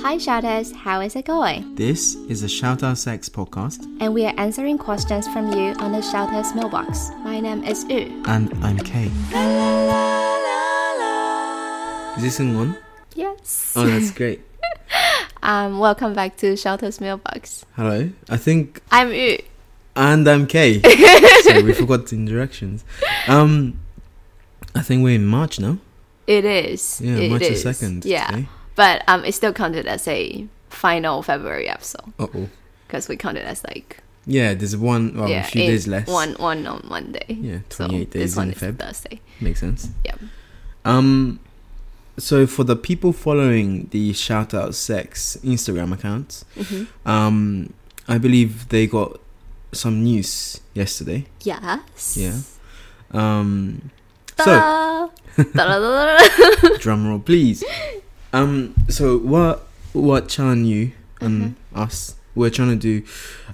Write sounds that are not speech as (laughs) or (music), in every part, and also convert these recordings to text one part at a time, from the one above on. Hi, shouters, how is it going? This is a Shout Out Sex podcast, And we are answering questions from you on the shouters mailbox. My name is Yu. and I'm Kay. Is this in one? Yes. (laughs) Oh, that's great. Um, welcome back to shouters mailbox. Hello. I think, I'm Yu. and (laughs) I'm Kay. so we forgot the directions. Um, I think we're in March now. It is. Yeah, It March is. the second. Yeah, but um, it still counted as a final February episode Uh oh. because we counted as like Yeah, there's one. Well, yeah, a few eight- days less. One one on one day. Yeah, So 28 this days one in is Feb. Thursday. Makes sense. Yeah. Um, so for the people following the Shout Out Sex Instagram account, Mhm. um, I believe they got some news yesterday. Yes. Yeah. Um, so Ta-da! (laughs) Ta-da-da-da-da. (laughs) drum roll, please. Um, so what what Chan you and Mm-hmm. us we're trying to do,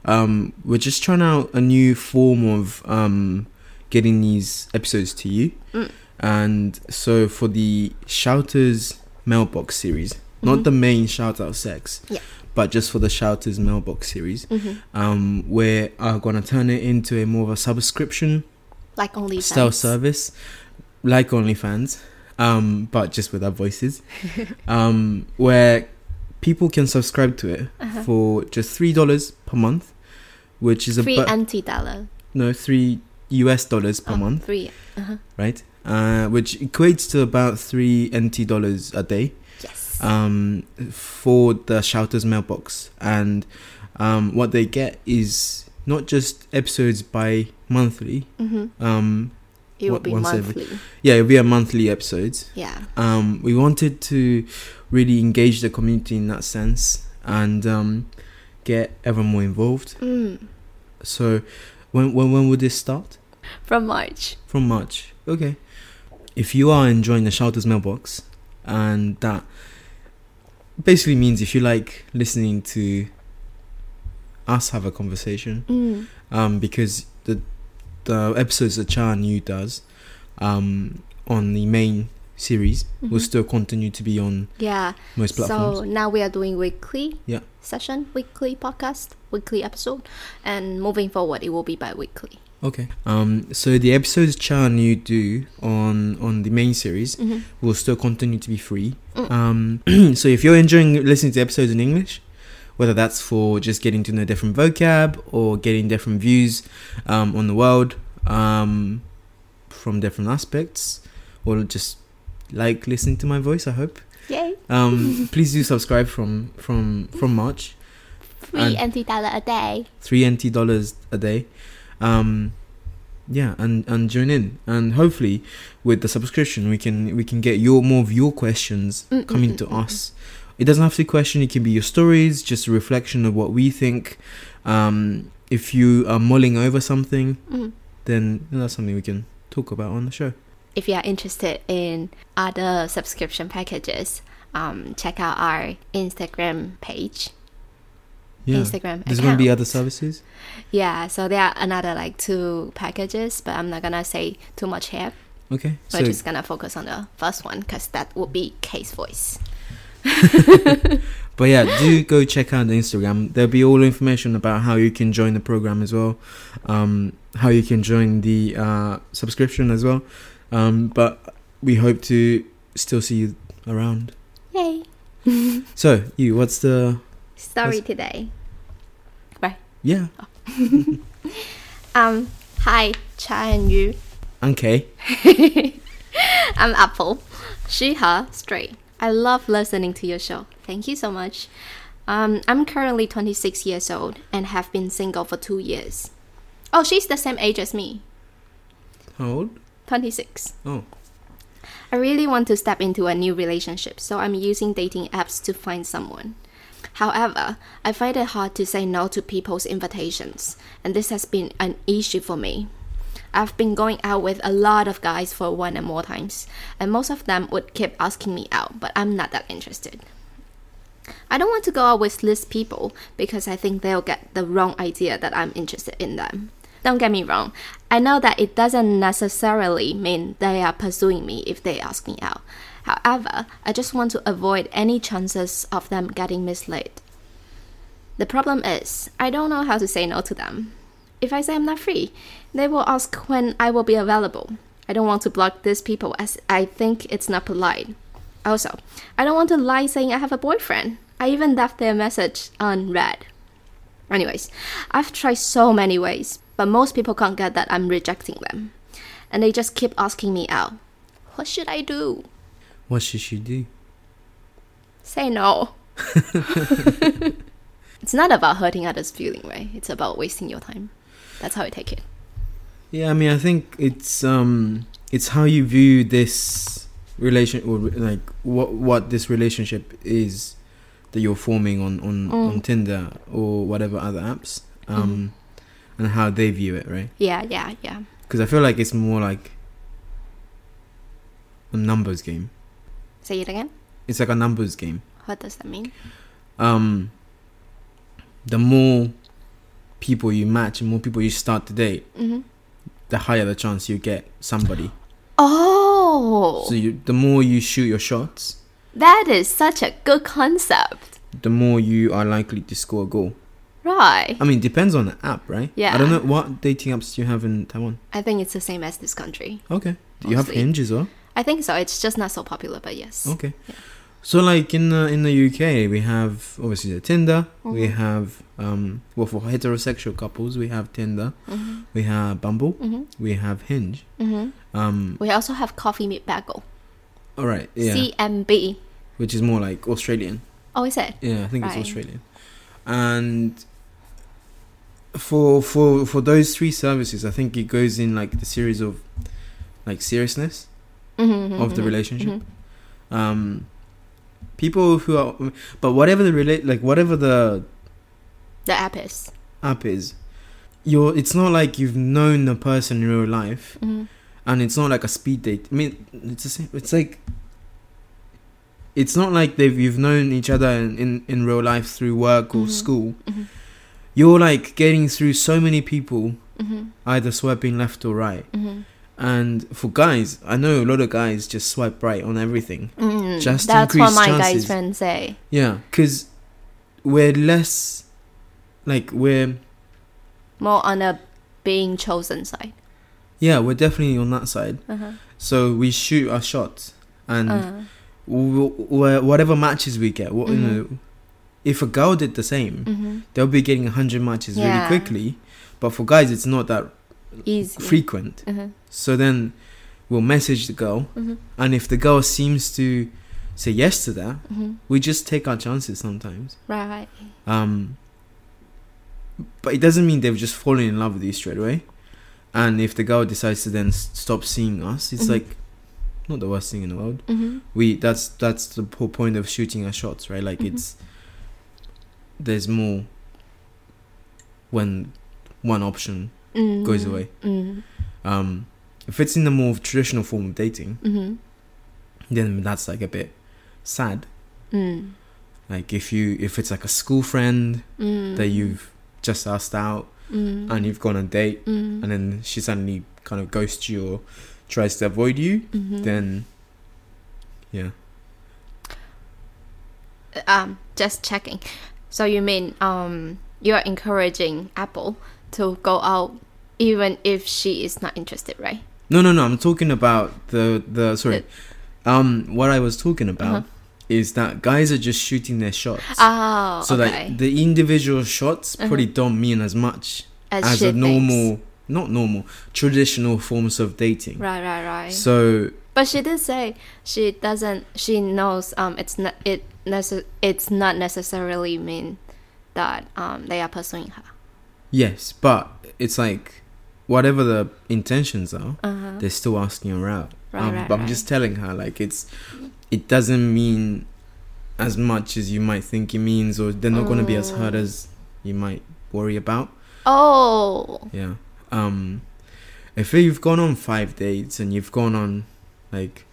um, we're just trying out a new form of um getting these episodes to you, Mm. and so for the shouters mailbox series, not the main shout out sex, Mm-hmm. Yeah. but just for the shouters mailbox series, Mhm. um, we're uh, gonna turn it into a more of a subscription Like only style fans. service like OnlyFans, um, but just with our voices, (laughs) um, where people can subscribe to it Uh-huh. for just three dollars per month, which is Three about NT dollar. no three US dollars per Oh, month, Three. Uh-huh. right? Uh, which equates to about three NT dollars a day Yes. um, for the shouters mailbox, and um, what they get is not just episodes by monthly. mm-hmm. Um, It will on- be once every- monthly. yeah, it'll be a monthly episode. Yeah. um, we wanted to really engage the community in that sense and um, get everyone more involved. Mm. So, when when when would this start? From March. From March. Okay. If you are enjoying the Shouters Mailbox, and that basically means if you like listening to us have a conversation, Mm. um, because the the episodes that Cha New does um, on the main series will Mhm. still continue to be on Yeah. most platforms. So now we are doing weekly Yeah. session, weekly podcast, weekly episode, and moving forward it will be bi-weekly. okay. Um, so the episodes Chan you do on on the main series Mhm. will still continue to be free. Mm. Um, (clears throat) so if you're enjoying listening to episodes in English, whether that's for just getting to know different vocab or getting different views um, on the world um, from different aspects, or just like listening to my voice, I hope. Yay! Um, please do subscribe from from from March. Three NT dollar a day. three NT dollars a day. Um, yeah, and and join in, and hopefully with the subscription we can we can get your more of your questions Mm, mm, coming mm, to mm, mm. us. It doesn't have to be a question; it can be your stories, just a reflection of what we think. Um, if you are mulling over something, Mm. then that's something we can talk about on the show. If you are interested in other subscription packages, um, check out our Instagram page. Yeah, Instagram there's going to be account. other services. Yeah, so there are another like two packages, but I'm not gonna say too much here. Okay, We're so just gonna focus on the first one because that would be case voice. But yeah, do go check out the Instagram. There'll be all information about how you can join the program as well, um, how you can join the uh, subscription as well. Um, but we hope to still see you around. Yay! So, you, what's the Story What's- today. yeah? Oh. Um, hi, Cha and Yu. Okay, I'm Apple. She, her, straight. I love listening to your show. Thank you so much. Um, I'm currently 26 years old and have been single for two years. Oh, she's the same age as me. how old? 26. Oh, I really want to step into a new relationship, so I'm using dating apps to find someone. However, I find it hard to say no to people's invitations, and this has been an issue for me. I've been going out with a lot of guys for one and more times, and most of them would keep asking me out, but I'm not that interested. I don't want to go out with these people because I think they'll get the wrong idea that I'm interested in them. Don't get me wrong, I know that it doesn't necessarily mean they are pursuing me if they ask me out. However, I just want to avoid any chances of them getting misled. The problem is, I don't know how to say no to them. If I say I'm not free, they will ask when I will be available. I don't want to block these people as I think it's not polite. Also, I don't want to lie saying I have a boyfriend. I even left their message unread. Anyways, I've tried so many ways, but most people can't get that I'm rejecting them. And they just keep asking me out. What should I do? What should she do? Say (laughs) no. (laughs) it's not about hurting others' feeling, right? It's about wasting your time. That's how I take it. Yeah, I mean, I think it's um, it's how you view this relation or like what what this relationship is that you're forming on on Mm. on Tinder or whatever other apps, um, and how they view it, right? Yeah, yeah, yeah. Because I feel like it's more like a numbers game. Say it again. It's like a numbers game. What does that mean? um, the more people you match and more people you start to date, hmm the higher the chance you get somebody. Oh, So you, the more you shoot your shots, that is such a good concept. the more you are likely to score a goal. Right. I mean, depends on the app, right? Yeah. I don't know what dating apps do you have in Taiwan. I think it's the same as this country. Okay. Do you have Mostly. Hinge as well? I think so. It's just not so popular, but yes. Okay. So like in the, in the UK, we have obviously the Tinder. We Mm-hmm. have um well for heterosexual couples, we have Tinder. Mhm. We have Bumble. Mhm. We have Hinge. Mhm. Um. We also have coffee meat bagel. All right. Yeah. CMB. which is more like Australian. Oh, is it? Yeah, I think Right. it's Australian. And for for for those three services, I think it goes in like the series of like seriousness Mm-hmm, of the relationship. Um, people who are, but whatever the relate, like whatever the The app is. app is, you're. It's not like you've known the person in real life, Mhm. and it's not like a speed date. I mean, it's the same. It's like it's not like they've you've known each other in in, in real life through work or Mhm. school. Mhm. You're like getting through so many people, Mhm. either swiping left or right. Mhm. And for guys, I know a lot of guys just swipe right on everything. Mm. Just That's what increase my guy chances. friends say. Yeah, because we're less like we're More on a being chosen side. yeah we're definitely on that side. Uh-huh. So we shoot our shots and. Uh, w- w- whatever matches we get, what, you Mhm. know, if a girl did the same, mhm. they'll be getting 100 matches Yeah. really quickly. But for guys, it's not that Easy. frequent. Uh-huh. So then we'll message the girl, Mhm. and if the girl seems to say yes to that, Mhm. we just take our chances sometimes. Right. Um, but it doesn't mean they've just fallen in love with you straight away. And if the girl decides to then s- stop seeing us, it's Mhm. like not the worst thing in the world Mm-hmm. we that's that's the whole point of shooting our shots right like Mhm. it's there's more when one option Mm. goes away Mm. um if it's in the more traditional form of dating Mhm. then that's like a bit sad Mm. like if you if it's like a school friend Mm. that you've just asked out Mm. and you've gone on a date Mm. and then she suddenly kind of ghosts you or tries to avoid you Mhm. then yeah um just checking. So you mean um you're encouraging Apple to go out even if she is not interested, right? No, no, no. I'm talking about the the sorry. Um, what I was talking about Uh-huh. is that guys are just shooting their shots, Oh, okay. so Uh-huh. that the individual shots probably don't mean as much as as she a thinks. normal, not normal, traditional forms of dating. Right, right, right. So but she did say she doesn't. She knows um it's not it nece- it's not necessarily mean that um they are pursuing her. yes, but it's like whatever the intentions are, Uh-huh. they're still asking her out. Right, um, right, but I'm right. just telling her like it's it doesn't mean as much as you might think it means, or they're not going to be as hurt as you might worry about. Oh, Yeah. Um, if you've gone on five dates and you've gone on, like,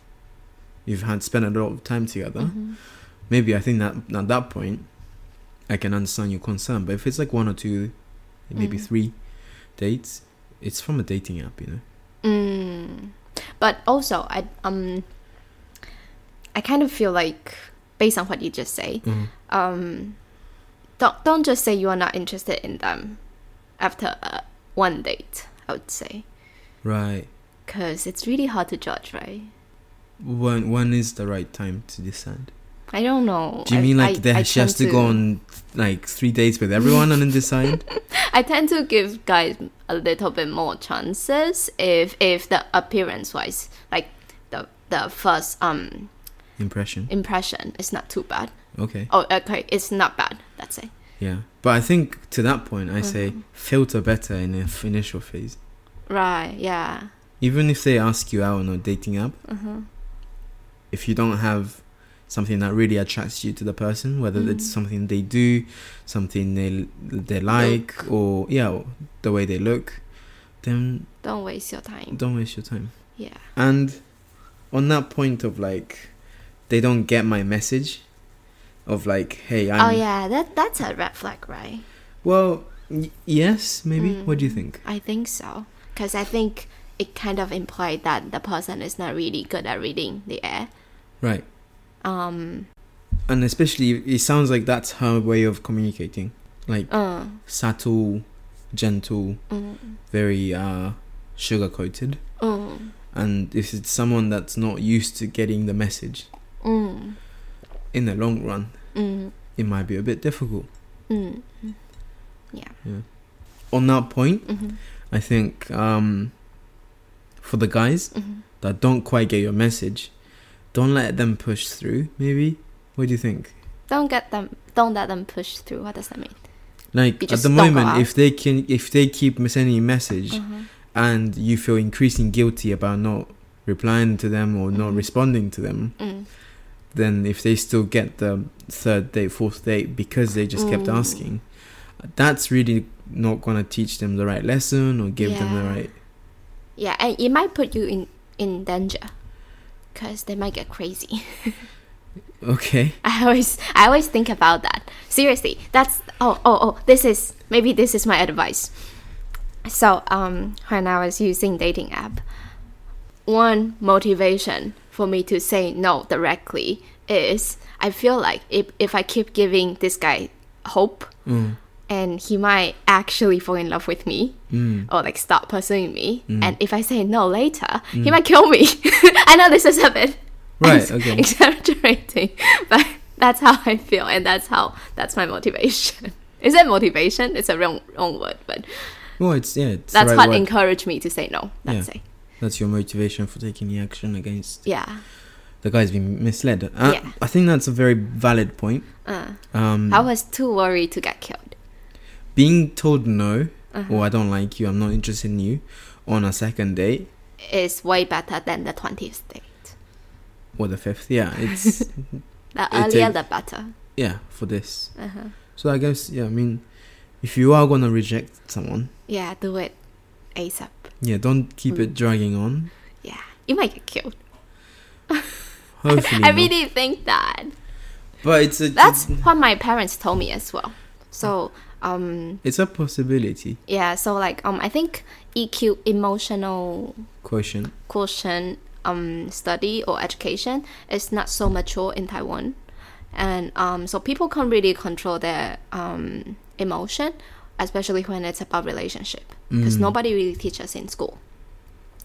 you've had spent a lot of time together, Mhm. maybe I think that at that point, I can understand your concern. But if it's like one or two, maybe Mhm. three dates, it's from a dating app, you know. Mm. But also, I um, I kind of feel like based on what you just say, um, don't don't just say you are not interested in them after uh, one date. I would say Right. because it's really hard to judge, right? When when is the right time to decide? I don't know. Do you I- mean like I- that I she has tend to go on like three dates with everyone and (laughs) then decide? I tend to give guys a little bit more chances if if the appearance wise, like the the first um Impression. impression is not too bad. Okay. Oh, okay, it's not bad. That's it. Yeah. But I think to that point, I say Mm-hmm. filter better in the f- initial phase. Right? Yeah. Even if they ask you out on a dating app, Mhm. if you don't have something that really attracts you to the person, whether it's Mm. something they do, something they they like, or yeah, or the way they look, then Don't waste your time. don't waste your time. Yeah. And on that point of like, they don't get my message, of like, hey, I'm oh yeah, that that's a red flag, right? well, y- yes, maybe. What do you Mm. think? I think so, because I think it kind of implied that the person is not really good at reading the air. Right. Um. And especially, it sounds like that's her way of communicating, like Uh, subtle, gentle, mm, very uh, sugar coated. mm, and if it's someone that's not used to getting the message mm, in the long run mm, it might be a bit difficult mm. on that point Mm-hmm. i think um, for the guys Mhm. that don't quite get your message don't let them push through maybe what do you think Don't get them. Don't let them push through. What does that mean? like You at just the don't go moment out. if they can if they keep sending you message Uh-huh. and you feel increasingly guilty about not replying to them or not Mhm. responding to them Mm. then if they still get the third date, fourth date because they just kept Mm. asking, that's really not gonna teach them the right lesson or give them the Yeah. right. Yeah, and it might put you in in danger, cause they might get crazy. (laughs) Okay, I always I always think about that. Seriously, that's oh oh oh. This is maybe this is my advice. So um, when I was using dating app, one motivation for me to say no directly is I feel like if if I keep giving this guy hope, mm. and he might actually fall in love with me Mm. or like stop pursuing me. And if I say no later, he might kill me. (laughs) I know this is a bit Mm. Right, ex- (laughs) okay. exaggerating, but that's how I feel, and that's how that's my motivation. (laughs) Is it motivation? It's a wrong wrong word, but well, it's yeah, it's that's the right what word. encouraged me to say no. That's it. Yeah. that's your motivation for taking the action against Yeah. the guy's been misled. I, Yeah. I think that's a very valid point. Uh, Um, I was too worried to get killed. being told no Uh-huh. or I don't like you, I'm not interested in you, on a second date It's way better than the twentieth date. or the fifth, yeah, (laughs) it's The It earlier, take- the better. yeah for this. Uh-huh. So I guess yeah, I mean, if you are gonna reject someone. Yeah, do it ASAP. Yeah, don't keep Mm. it dragging on. Yeah, you might get killed. (laughs) Hopefully, I not. really think that. but it's a That's it's, what my parents told me as well. So, um, it's a possibility yeah, so like, um, I think EQ emotional quotient. quotient um study or education is not so mature in Taiwan, and um, so people can't really control their um emotion, especially when it's about relationship, because Mm. nobody really teaches in school,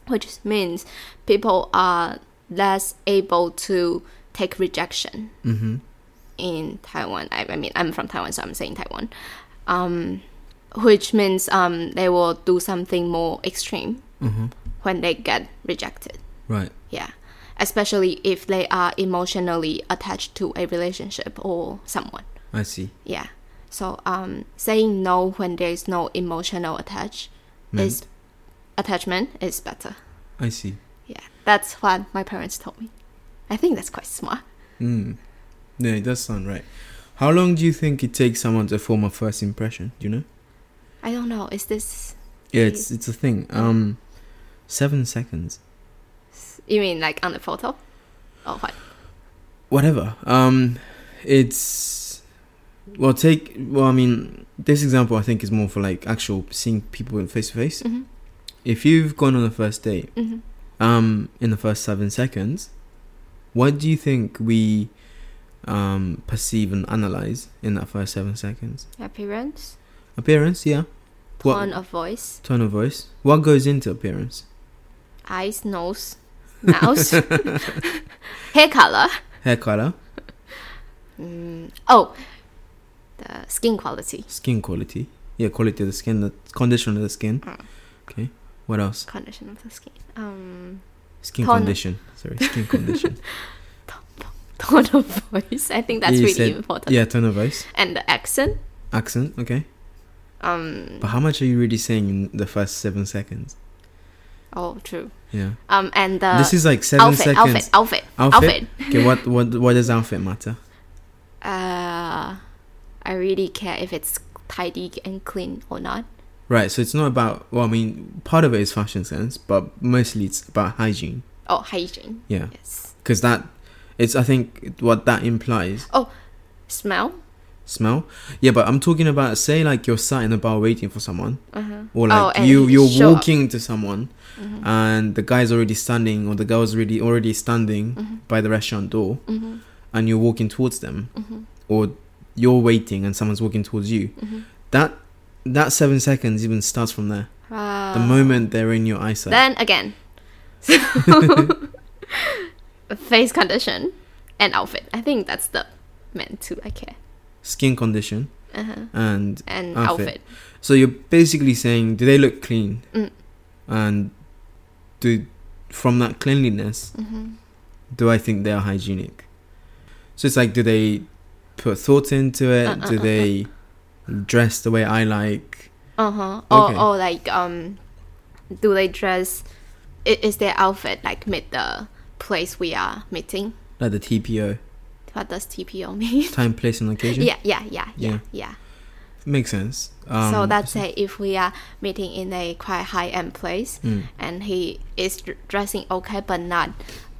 which means people are less able to take rejection Mm-hmm. in Taiwan. I, I mean, I'm from Taiwan, so I'm saying Taiwan. Um, which means um, they will do something more extreme Mm-hmm. when they get rejected. Right. Yeah. Especially if they are emotionally attached to a relationship or someone. I see. Yeah. So um, saying no when there is no emotional attach is Meant. attachment is better. I see. Yeah. That's what my parents told me. I think that's quite smart. Mm. Yeah, it does sound right. How long do you think it takes someone to form a first impression? Do you know? I don't know. Is this Yeah, it's it's a thing. Um, seven seconds. you mean like on the photo, or what? Whatever. Um, it's well take well. I mean, this example I think is more for like actual seeing people face to face. Mhm. If you've gone on a first date Mhm. um, in the first seven seconds, What do you think we um, perceive and analyze in that first seven seconds? Appearance, Appearance, yeah. What- tone of voice, Tone of voice. What goes into appearance? eyes, nose, (laughs) mouth, hair color. Hair color, Mm, oh, the skin quality, skin quality. Yeah, quality of the skin, the condition of the skin. Mm. Okay. What else? condition of the skin. Um, (laughs) Skin Tone. condition. Sorry, skin condition. tone of voice. I think that's You really said- important. yeah, tone of voice, And the accent. accent. Okay. Um, But how much are you really saying in the first seven seconds? oh, true. Yeah. Um, and the this is like seven outfit, outfit, seconds. outfit, Outfit? outfit. Okay, what what what does outfit matter? Uh, I really care if it's tidy and clean or not. Right, so it's not about well, I mean, part of it is fashion sense, but mostly it's about hygiene. Oh, hygiene. Yeah, Yes. because that it's I think what that implies Smell. smell. Yeah, but I'm talking about say like you're sat in a bar waiting for someone, Uh-huh. or Oh, like and you he you're show up. walking to someone, Mhm. and the guy's already standing or the girl's already already standing Mhm. by the restaurant door, Mhm. and you're walking towards them, Mhm. or you're waiting and someone's walking towards you. Mhm. That that seven seconds even starts from there. Wow. the moment they're in your eyesight. Uh, Then again. (laughs) (laughs) face condition and outfit. I think that's the meant to I care. skin condition Uh-huh. and And Outfit. outfit. so you're basically saying do they look clean Mm. and do from that cleanliness Mm-hmm. do I think they are hygienic? So it's like do they put thought into it? Uh, uh, do uh, they dress the way I like? Uh huh. Or, Okay. or like um, do they dress? i- Is their outfit like meet the place we are meeting? Like the TPO What does TPO (laughs) mean? time, place, and location. yeah, yeah, yeah, Yeah. yeah, yeah. makes sense. Um, so that's say if we are meeting in a quite high end place Mm. and he is dr- dressing okay but not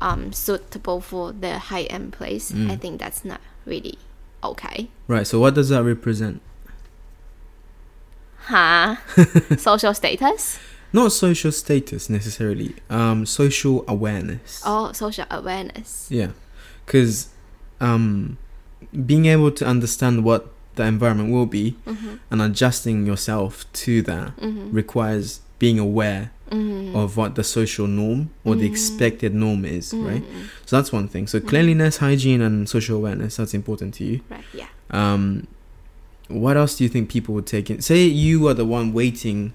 um suitable for the high end place, Mm. I think that's not really okay. right. So what does that represent? (laughs) Huh? Social status? Not social status necessarily. Um, social awareness. Oh, social awareness. Yeah, because um, being able to understand what the environment will be Mm-hmm. and adjusting yourself to that Mm-hmm. requires being aware Mm-hmm. of what the social norm or the Mhm. expected norm is, right? Mm, So that's one thing. So cleanliness, hygiene, and social awareness—that's important to you. Right. Yeah. Um, what else do you think people would take in? Say you were the one waiting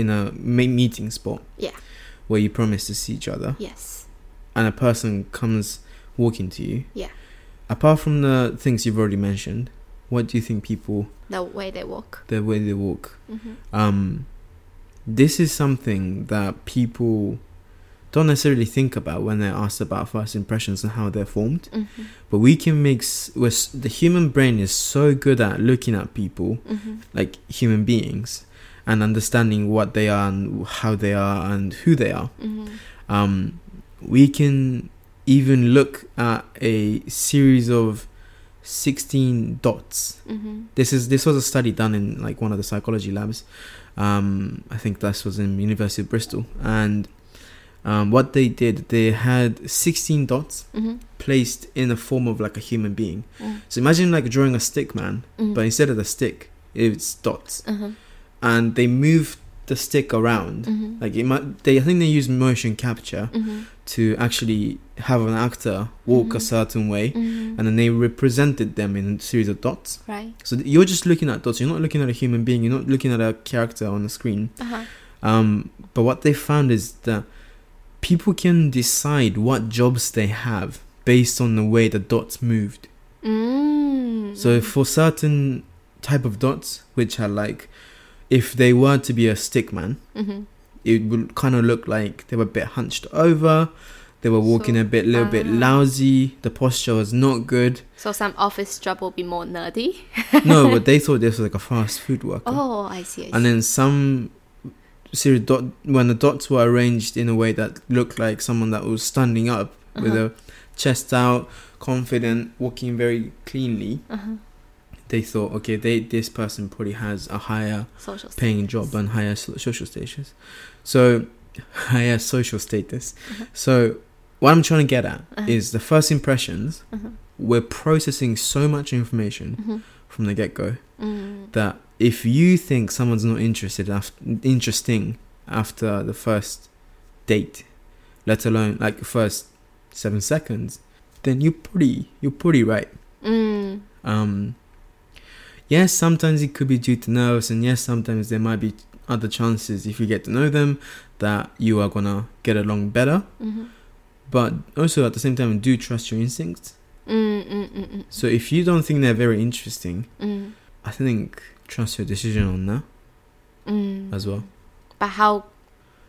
in a me- meeting spot. Yeah. Where you promised to see each other. Yes. and a person comes walking to you. Yeah. Apart from the things you've already mentioned, what do you think people The way they walk. the way they walk? Mm-hmm. Um, this is something that people don't necessarily think about when they're asked about first impressions and how they're formed. Mm-hmm. But we can make s- we're s- the human brain is so good at looking at people Mm-hmm. like human beings and understanding what they are and how they are and who they are Mm-hmm. um, we can even look at a series of 16 dots Mm-hmm. this is this was a study done in like one of the psychology labs um, i think this was in university of bristol and um, what they did they had 16 dots Mm-hmm. placed in the form of like a human being so imagine like drawing a stick man Mm. but instead of the stick it's dots uh-huh. and they move the stick around mm-hmm. like it might, they i think they use motion capture mm-hmm. to actually have an actor walk a Mhm. certain way Mm-hmm. and then they represented them in a series of dots right. so th- you're just looking at dots you're not looking at a human being you're not looking at a character on the screen Uh-huh. um, but what they found is that people can decide what jobs they have based on the way the dots moved Mm-hmm. Mm. so for certain type of dots which are like if they were to be a stick man mm-hmm. it would kind of look like they were a bit hunched over they were walking So- a bit little bit Ah. lousy the posture was not good so some office job will be more nerdy. no but they thought this was like a fast food worker (laughs) Oh, I see. I see. and then some serious dot when the dots were arranged in a way that looked like someone that was standing up with Uh-huh. a chest out confident walking very cleanly uh-huh. they thought okay they this person probably has a higher Social status. paying job and (laughs) higher so- social status. So, higher social status. Mhm. So, what I'm trying to get at Uh-huh. is the first impressions. We're processing so much information Mm-hmm. from the get go Mm. that if you think someone's not interested after interesting after the first date, let alone like the first seven seconds, then you're pretty you're pretty right. Mm. Um, yes, sometimes it could be due to nerves, and yes, sometimes there might be other chances if you get to know them that you are gonna get along better. Mhm. But also at the same time, do trust your instincts. Mm, mm, mm, mm, So if you don't think they're very interesting, mm, I think trust your decision on that mm. as well. But how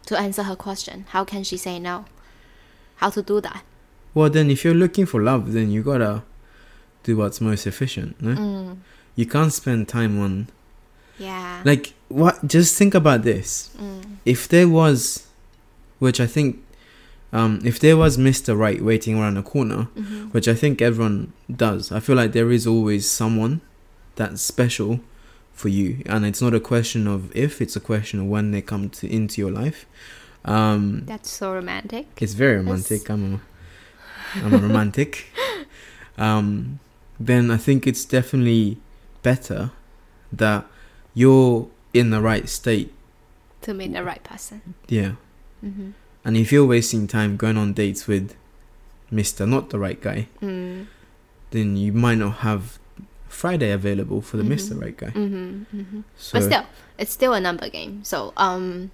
to answer her question? How can she say no? How to do that? Well, then if you're looking for love, then you gotta do what's most efficient. No? Mm. You can't spend time on Yeah. like what. Just think about this. mm. If there was, which I think, um, if there was Mister Right waiting around the corner, Mhm. which I think everyone does. I feel like there is always someone that's special for you, and it's not a question of if; it's a question of when they come to into your life. Um, That's so romantic. it's very romantic. I'm a, I'm a (laughs) romantic. um, then I think it's definitely better that you're in the right state. To meet the right person. Yeah. Mm-hmm. And if you're wasting time going on dates with Mr. Not the Right Guy, Mm. then you might not have Friday available for the Mhm. Mr. Right Guy. hmm hmm So, But still, it's still a number game. So um,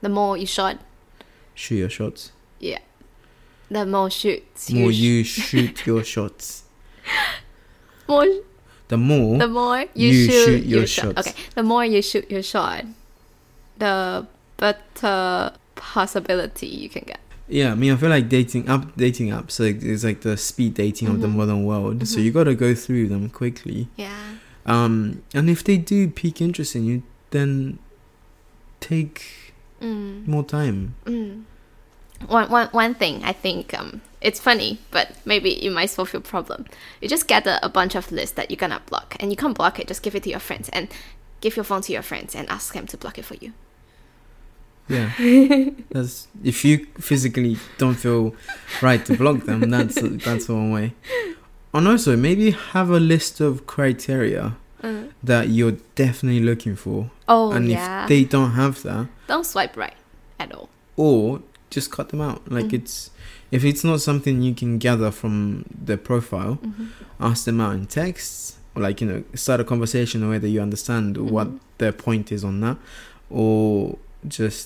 the more you shot, shoot your shots. the more shoots. more sh- you shoot your shots, more the more. the more you, You shoot, shoot your your shot. shots. Okay, the more you shoot your shot, the better possibility you can get. Yeah, I mean, I feel like dating up, dating apps, like it's like the speed dating of the Mhm. modern world. So Mhm. you got to go through them quickly. Yeah. Um, and if they do pique interest in you, then take Mm. more time. Mm. One, one, one thing I think um, it's funny, but maybe it might solve your problem. You just gather a bunch of lists that you're gonna block, and you can't block it. Just give it to your friends and give your phone to your friends and ask them to block it for you. (laughs) Yeah, that's if you physically don't feel right to block them. That's that's one way. And also, maybe have a list of criteria Mm. that you're definitely looking for. Oh and yeah. if they don't have that, Don't swipe right at all. or just cut them out. Like Mhm. it's if it's not something you can gather from their profile, Mhm. ask them out in texts, or like you know, start a conversation whether you understand what Mhm. their point is on that, or just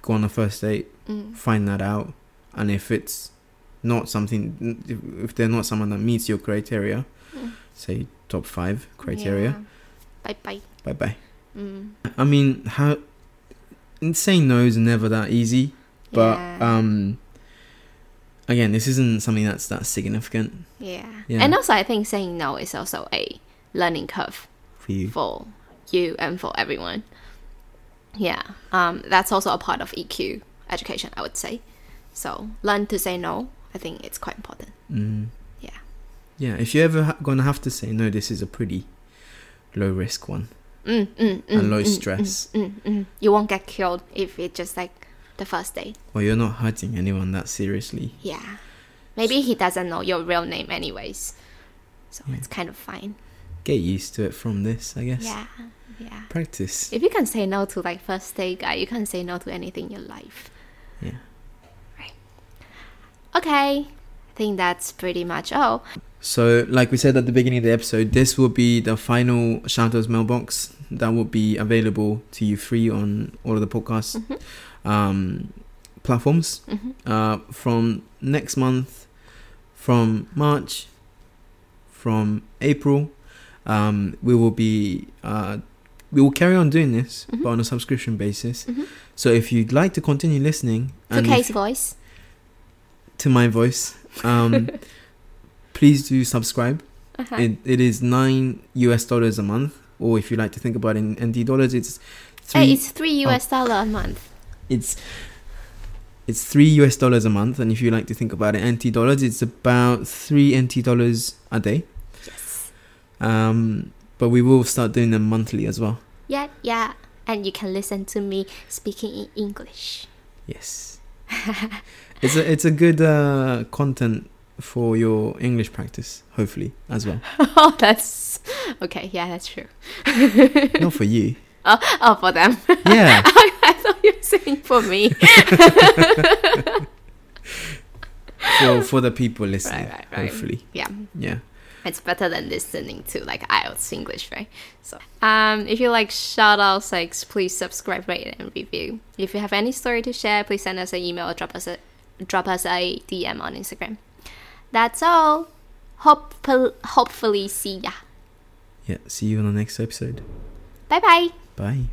go on a first date, Mm. find that out, and if it's not something, if- if they're not someone that meets your criteria, Mm. say top five criteria, Bye bye. bye bye. Mm. I mean, how saying no is never that easy. But yeah. um again, this isn't something that's that significant Yeah. Yeah. And also, I think saying no is also a learning curve for you. for you and for everyone. Yeah. Um, that's also a part of EQ education, I would say. So, learn to say no. I think it's quite important. Mm. Yeah. Yeah, if you're ever ha- gonna have to say no, this is a pretty low risk one Mm, mm, mm, and low mm, stress. Mm, mm. You won't get killed if it's just like the first date. Or you're not hurting anyone that seriously. Yeah. Maybe he doesn't know your real name, anyways. So, it's kind of fine. Get used to it from this, I guess. Yeah. Yeah. Practice. If you can say no to like first date guy, you can say no to anything in your life. Yeah. Right. Okay. I think that's pretty much all. So, like we said at the beginning of the episode, this will be the final Shoutouts mailbox that will be available to you free on all of the podcast Mm-hmm. um, platforms. Mhm. Uh, from next month, from March, from April, um, we will be uh, we will carry on doing this, Mhm. but on a subscription basis. Mhm. So, if you'd like to continue listening To and if- Kay's voice. to my voice, um, please do subscribe. Uh-huh. It, it is nine US dollars a month, or if you like to think about it in ND dollars, it's three. Oh. hey, it's, it's three US dollar a month. it's three US dollars a month, and if you like to think about it in NT dollars, it's about three NT dollars a day. Yes. Um, but we will start doing them monthly as well. Yeah, yeah. And you can listen to me speaking in English. Yes. It's a it's a good uh, content for your English practice, hopefully as well. (laughs) oh, that's okay. Yeah, that's true. Not for you. Oh, oh for them. Yeah. (laughs) I thought you were saying for (laughs) me. for for the people listening, (laughs) right, right, right. hopefully. Yeah. Yeah. It's better than listening to like IELTS English, right? So, um, if you like shout outs, like please subscribe, rate, and review. If you have any story to share, please send us an email or drop us a drop us a DM on Instagram. That's all. Hope hopefully see ya. Yeah. See you on the next episode. Bye bye. Bye.